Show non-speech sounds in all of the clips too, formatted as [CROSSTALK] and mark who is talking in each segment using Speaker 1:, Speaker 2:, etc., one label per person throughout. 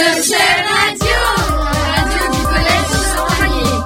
Speaker 1: Cherchez Radio, la radio du collège Saint-Vallier.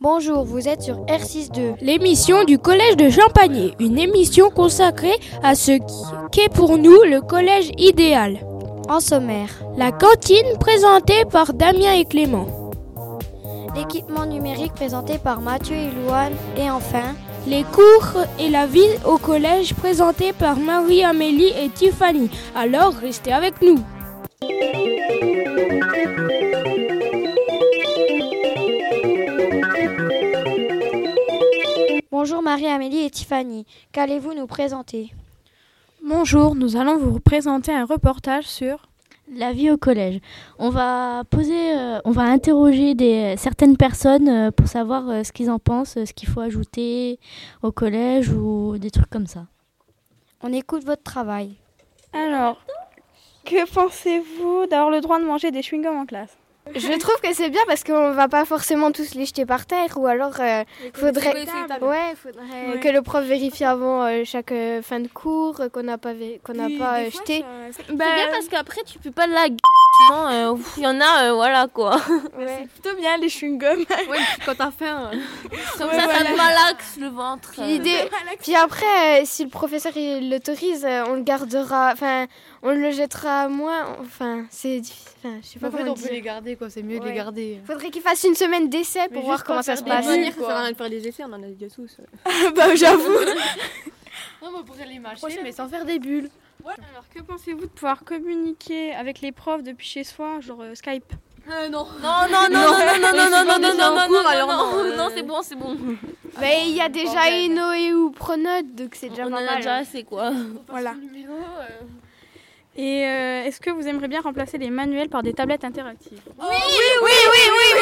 Speaker 2: Bonjour, vous êtes sur R62.
Speaker 3: L'émission du Collège de Champagné, une émission consacrée à ce qui- qu'est pour nous le collège idéal.
Speaker 2: En sommaire,
Speaker 3: La cantine présentée par Damien et Clément.
Speaker 2: l'équipement numérique présenté par Mathieu et Louane. Et enfin,
Speaker 3: Les cours et la vie au collège présentés par Marie-Amélie et Tiffany. Alors restez avec nous.
Speaker 2: bonjour Marie-Amélie et Tiffany. Qu'allez-vous nous présenter
Speaker 4: Bonjour, nous allons vous présenter un reportage sur...
Speaker 5: La vie au collège. On va poser, euh, on va interroger des, certaines personnes euh, pour savoir euh, ce qu'ils en pensent, euh, ce qu'il faut ajouter au collège ou des trucs comme ça.
Speaker 2: On écoute votre travail.
Speaker 4: Alors, que pensez-vous d'avoir le droit de manger des chewing-gums en classe
Speaker 6: Je trouve que c'est bien parce qu'on va pas forcément tous les jeter par terre ou alors euh, faudrait, ouais, faudrait
Speaker 4: Ouais.
Speaker 6: que le prof vérifie avant euh, chaque euh, fin de cours euh, qu'on n'a pas, vé- qu'on n'a pas euh, jeté.
Speaker 4: Bah,
Speaker 7: C'est bien parce qu'après tu peux pas la g- non, euh, pff, il y en a, euh, voilà quoi.
Speaker 4: C'est plutôt bien les chewing-gums.
Speaker 7: Comme [LAUGHS]
Speaker 4: Ouais,
Speaker 7: ça, ça
Speaker 4: voilà.
Speaker 7: te malaxe le ventre.
Speaker 6: Puis,
Speaker 7: [LAUGHS]
Speaker 6: l'idée- puis après, euh, si le professeur il l'autorise, euh, on le gardera, enfin, on le jettera moins. Enfin, c'est difficile. Enfin, je sais pas
Speaker 8: En fait,
Speaker 6: comment
Speaker 8: on
Speaker 6: dire.
Speaker 8: peut les garder, quoi. C'est mieux de
Speaker 6: Ouais.
Speaker 8: les garder.
Speaker 6: Faudrait qu'il fasse une semaine d'essai pour
Speaker 8: Mais
Speaker 6: voir
Speaker 8: juste
Speaker 6: comment
Speaker 8: pas
Speaker 6: ça
Speaker 8: faire
Speaker 6: se
Speaker 8: des
Speaker 6: passe.
Speaker 8: manières, ça sert à rien de faire des essais, on en a déjà tous.
Speaker 4: bah j'avoue.
Speaker 8: Non, mais on pourrait les mâcher, mais sans faire des bulles.
Speaker 4: Alors, que pensez-vous de pouvoir communiquer avec les profs depuis chez soi, genre euh, Skype
Speaker 8: Euh, non.
Speaker 7: Non, non, non, non, non, non, non, non, non, non,
Speaker 8: déjà en
Speaker 7: non,
Speaker 8: cours,
Speaker 7: non,
Speaker 8: alors
Speaker 7: non,
Speaker 8: non,
Speaker 7: non,
Speaker 8: euh,
Speaker 7: non, c'est bon, c'est bon.
Speaker 6: Mais il y a déjà Eno et ou Pronote, donc c'est déjà
Speaker 7: On en
Speaker 6: pas
Speaker 7: a
Speaker 6: mal.
Speaker 7: déjà assez quoi.
Speaker 4: Voilà. Et euh, est-ce que vous aimeriez bien remplacer les manuels par des tablettes interactives
Speaker 7: Oui, oui.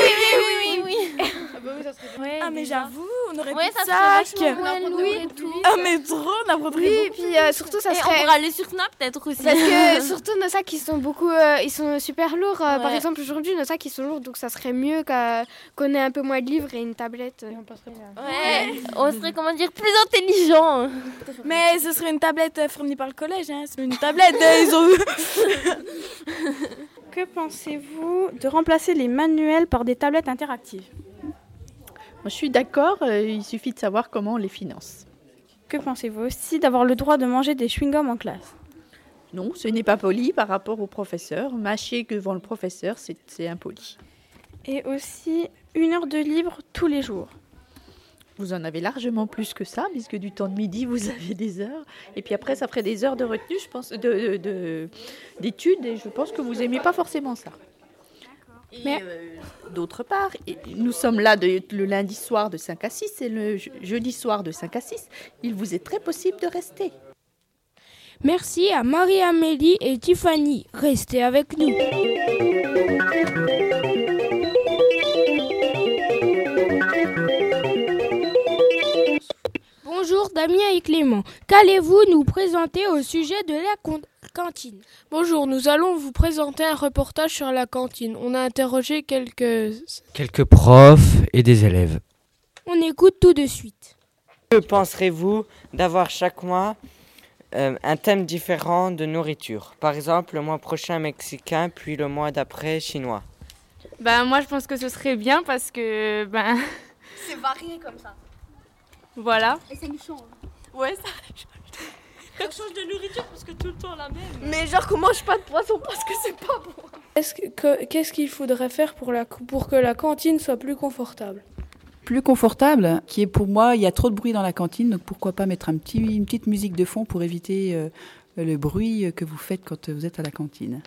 Speaker 8: Ah, bah oui, ça serait
Speaker 4: Ah mais j'avoue, on aurait
Speaker 7: Ouais, ça
Speaker 4: sac.
Speaker 7: serait vachement cool,
Speaker 6: Oui.
Speaker 7: et tout.
Speaker 4: Ah mais trop, on apprendrait
Speaker 6: Oui, puis euh, surtout ça
Speaker 7: Et Eh, on
Speaker 6: serait
Speaker 7: pourra aller sur Snap peut-être
Speaker 6: [LAUGHS]
Speaker 7: aussi.
Speaker 6: Parce que
Speaker 7: [LAUGHS]
Speaker 6: surtout nos sacs ils sont beaucoup, euh, ils sont super lourds. Euh, Par
Speaker 7: Ouais.
Speaker 6: exemple aujourd'hui nos sacs ils sont lourds donc ça serait mieux qu'à- qu'on ait un peu moins de livres et une tablette.
Speaker 8: on passerait
Speaker 7: Ouais, on serait comment dire plus intelligent.
Speaker 4: Mais ce serait une tablette euh, fournie par le collège, hein. C'est une tablette, euh, ils ont [LAUGHS] Que pensez-vous de remplacer les manuels par des tablettes interactives
Speaker 9: Moi, je suis d'accord, euh, il suffit de savoir comment on les finance.
Speaker 4: Que pensez-vous aussi d'avoir le droit de manger des chewing-gums en classe
Speaker 9: Non, ce n'est pas poli par rapport au professeur. Mâcher devant le professeur, c'est c'est impoli.
Speaker 4: Et aussi une heure de libre tous les jours.
Speaker 9: Vous en avez largement plus que ça, puisque du temps de midi, vous [LAUGHS] avez des heures. Et puis après, ça ferait des heures de retenue, je pense, de- de- de- d'études, et je pense que vous aimez pas forcément ça. Et,
Speaker 4: Mais-
Speaker 9: euh, D'autre part, et nous sommes là de- le lundi soir de 5 à 6 et le je- jeudi soir de 5 à 6. Il vous est très possible de rester.
Speaker 3: Merci à Marie-Amélie et Tiffany. Restez avec nous. Bonjour Damien et Clément. Qu'allez-vous nous présenter au sujet de la con- cantine
Speaker 10: Bonjour, nous allons vous présenter un reportage sur la cantine. On a interrogé quelques...
Speaker 11: quelques profs et des élèves.
Speaker 3: On écoute tout de suite.
Speaker 12: Que penserez-vous d'avoir chaque mois euh, un thème différent de nourriture Par exemple, le mois prochain mexicain, puis le mois d'après chinois.
Speaker 8: Bah, moi, je pense que ce serait bien parce que. Ben.
Speaker 6: C'est varié comme ça.
Speaker 8: Voilà.
Speaker 6: Et ça nous change.
Speaker 8: Ouais,
Speaker 6: Mais genre qu'on mange pas de poisson parce que c'est pas bon.
Speaker 10: Est-ce que- que- Qu'est-ce qu'il faudrait faire pour, la, pour que la cantine soit plus confortable
Speaker 12: Plus confortable, qui est pour moi, il y a trop de bruit dans la cantine, donc pourquoi pas mettre un petit, une petite musique de fond pour éviter euh, le bruit que vous faites quand vous êtes à la cantine.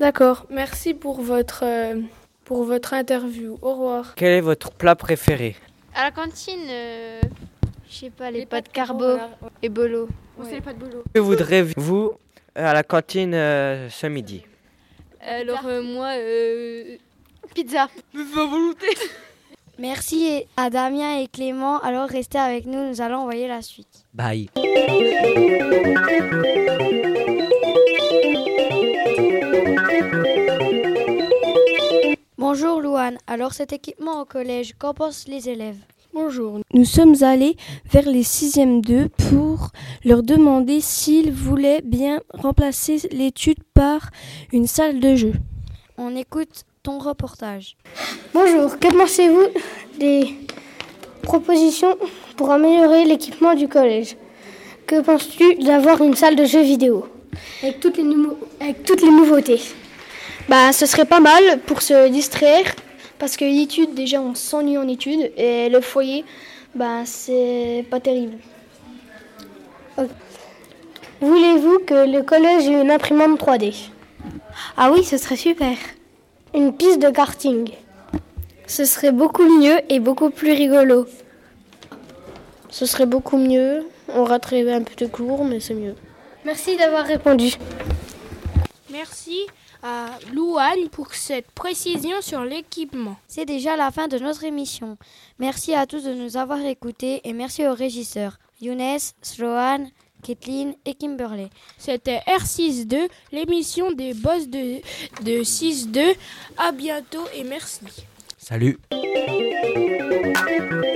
Speaker 10: D'accord, merci pour votre, euh, pour votre interview. Au revoir.
Speaker 12: Quel est votre plat préféré
Speaker 6: À la cantine, je sais pas, les, pâtes, carbo
Speaker 8: carbo
Speaker 6: et bolo.
Speaker 8: Ou c'est les pâtes bolo
Speaker 12: euh, Que voudrez-vous à la cantine ce euh, midi
Speaker 13: Alors euh, moi, euh,
Speaker 14: pizza.
Speaker 13: volonté.
Speaker 5: Merci et- à Damien et Clément. Alors restez avec nous, nous allons envoyer la suite.
Speaker 12: Bye.
Speaker 5: Bonjour Louane. Alors cet équipement au collège, qu'en pensent les élèves
Speaker 15: Bonjour, nous sommes allés vers les 6e 2 pour leur demander s'ils voulaient bien remplacer l'étude par une salle de jeu.
Speaker 5: On écoute ton reportage.
Speaker 6: Bonjour, que pensez-vous des propositions pour améliorer l'équipement du collège Que penses-tu d'avoir une salle de jeux vidéo avec toutes, les nouveau- avec toutes les nouveautés
Speaker 15: Bah, ce serait pas mal pour se distraire parce que l'étude, déjà, on s'ennuie en études et le foyer, bah, c'est pas terrible.
Speaker 6: Voulez-vous que le collège ait une imprimante 3D Ah oui, ce serait super. Une piste de karting. Ce serait beaucoup mieux et beaucoup plus rigolo.
Speaker 15: Ce serait beaucoup mieux. On raterait un peu de cours, mais c'est mieux.
Speaker 6: Merci d'avoir répondu.
Speaker 3: Merci à Louane pour cette précision sur l'équipement.
Speaker 5: C'est déjà la fin de notre émission. Merci à tous de nous avoir écoutés et merci aux régisseurs Younes, Sloan, Kathleen et Kimberley.
Speaker 3: C'était R62, l'émission des boss de, de 6-2. À bientôt et merci.
Speaker 12: Salut.
Speaker 16: Salut.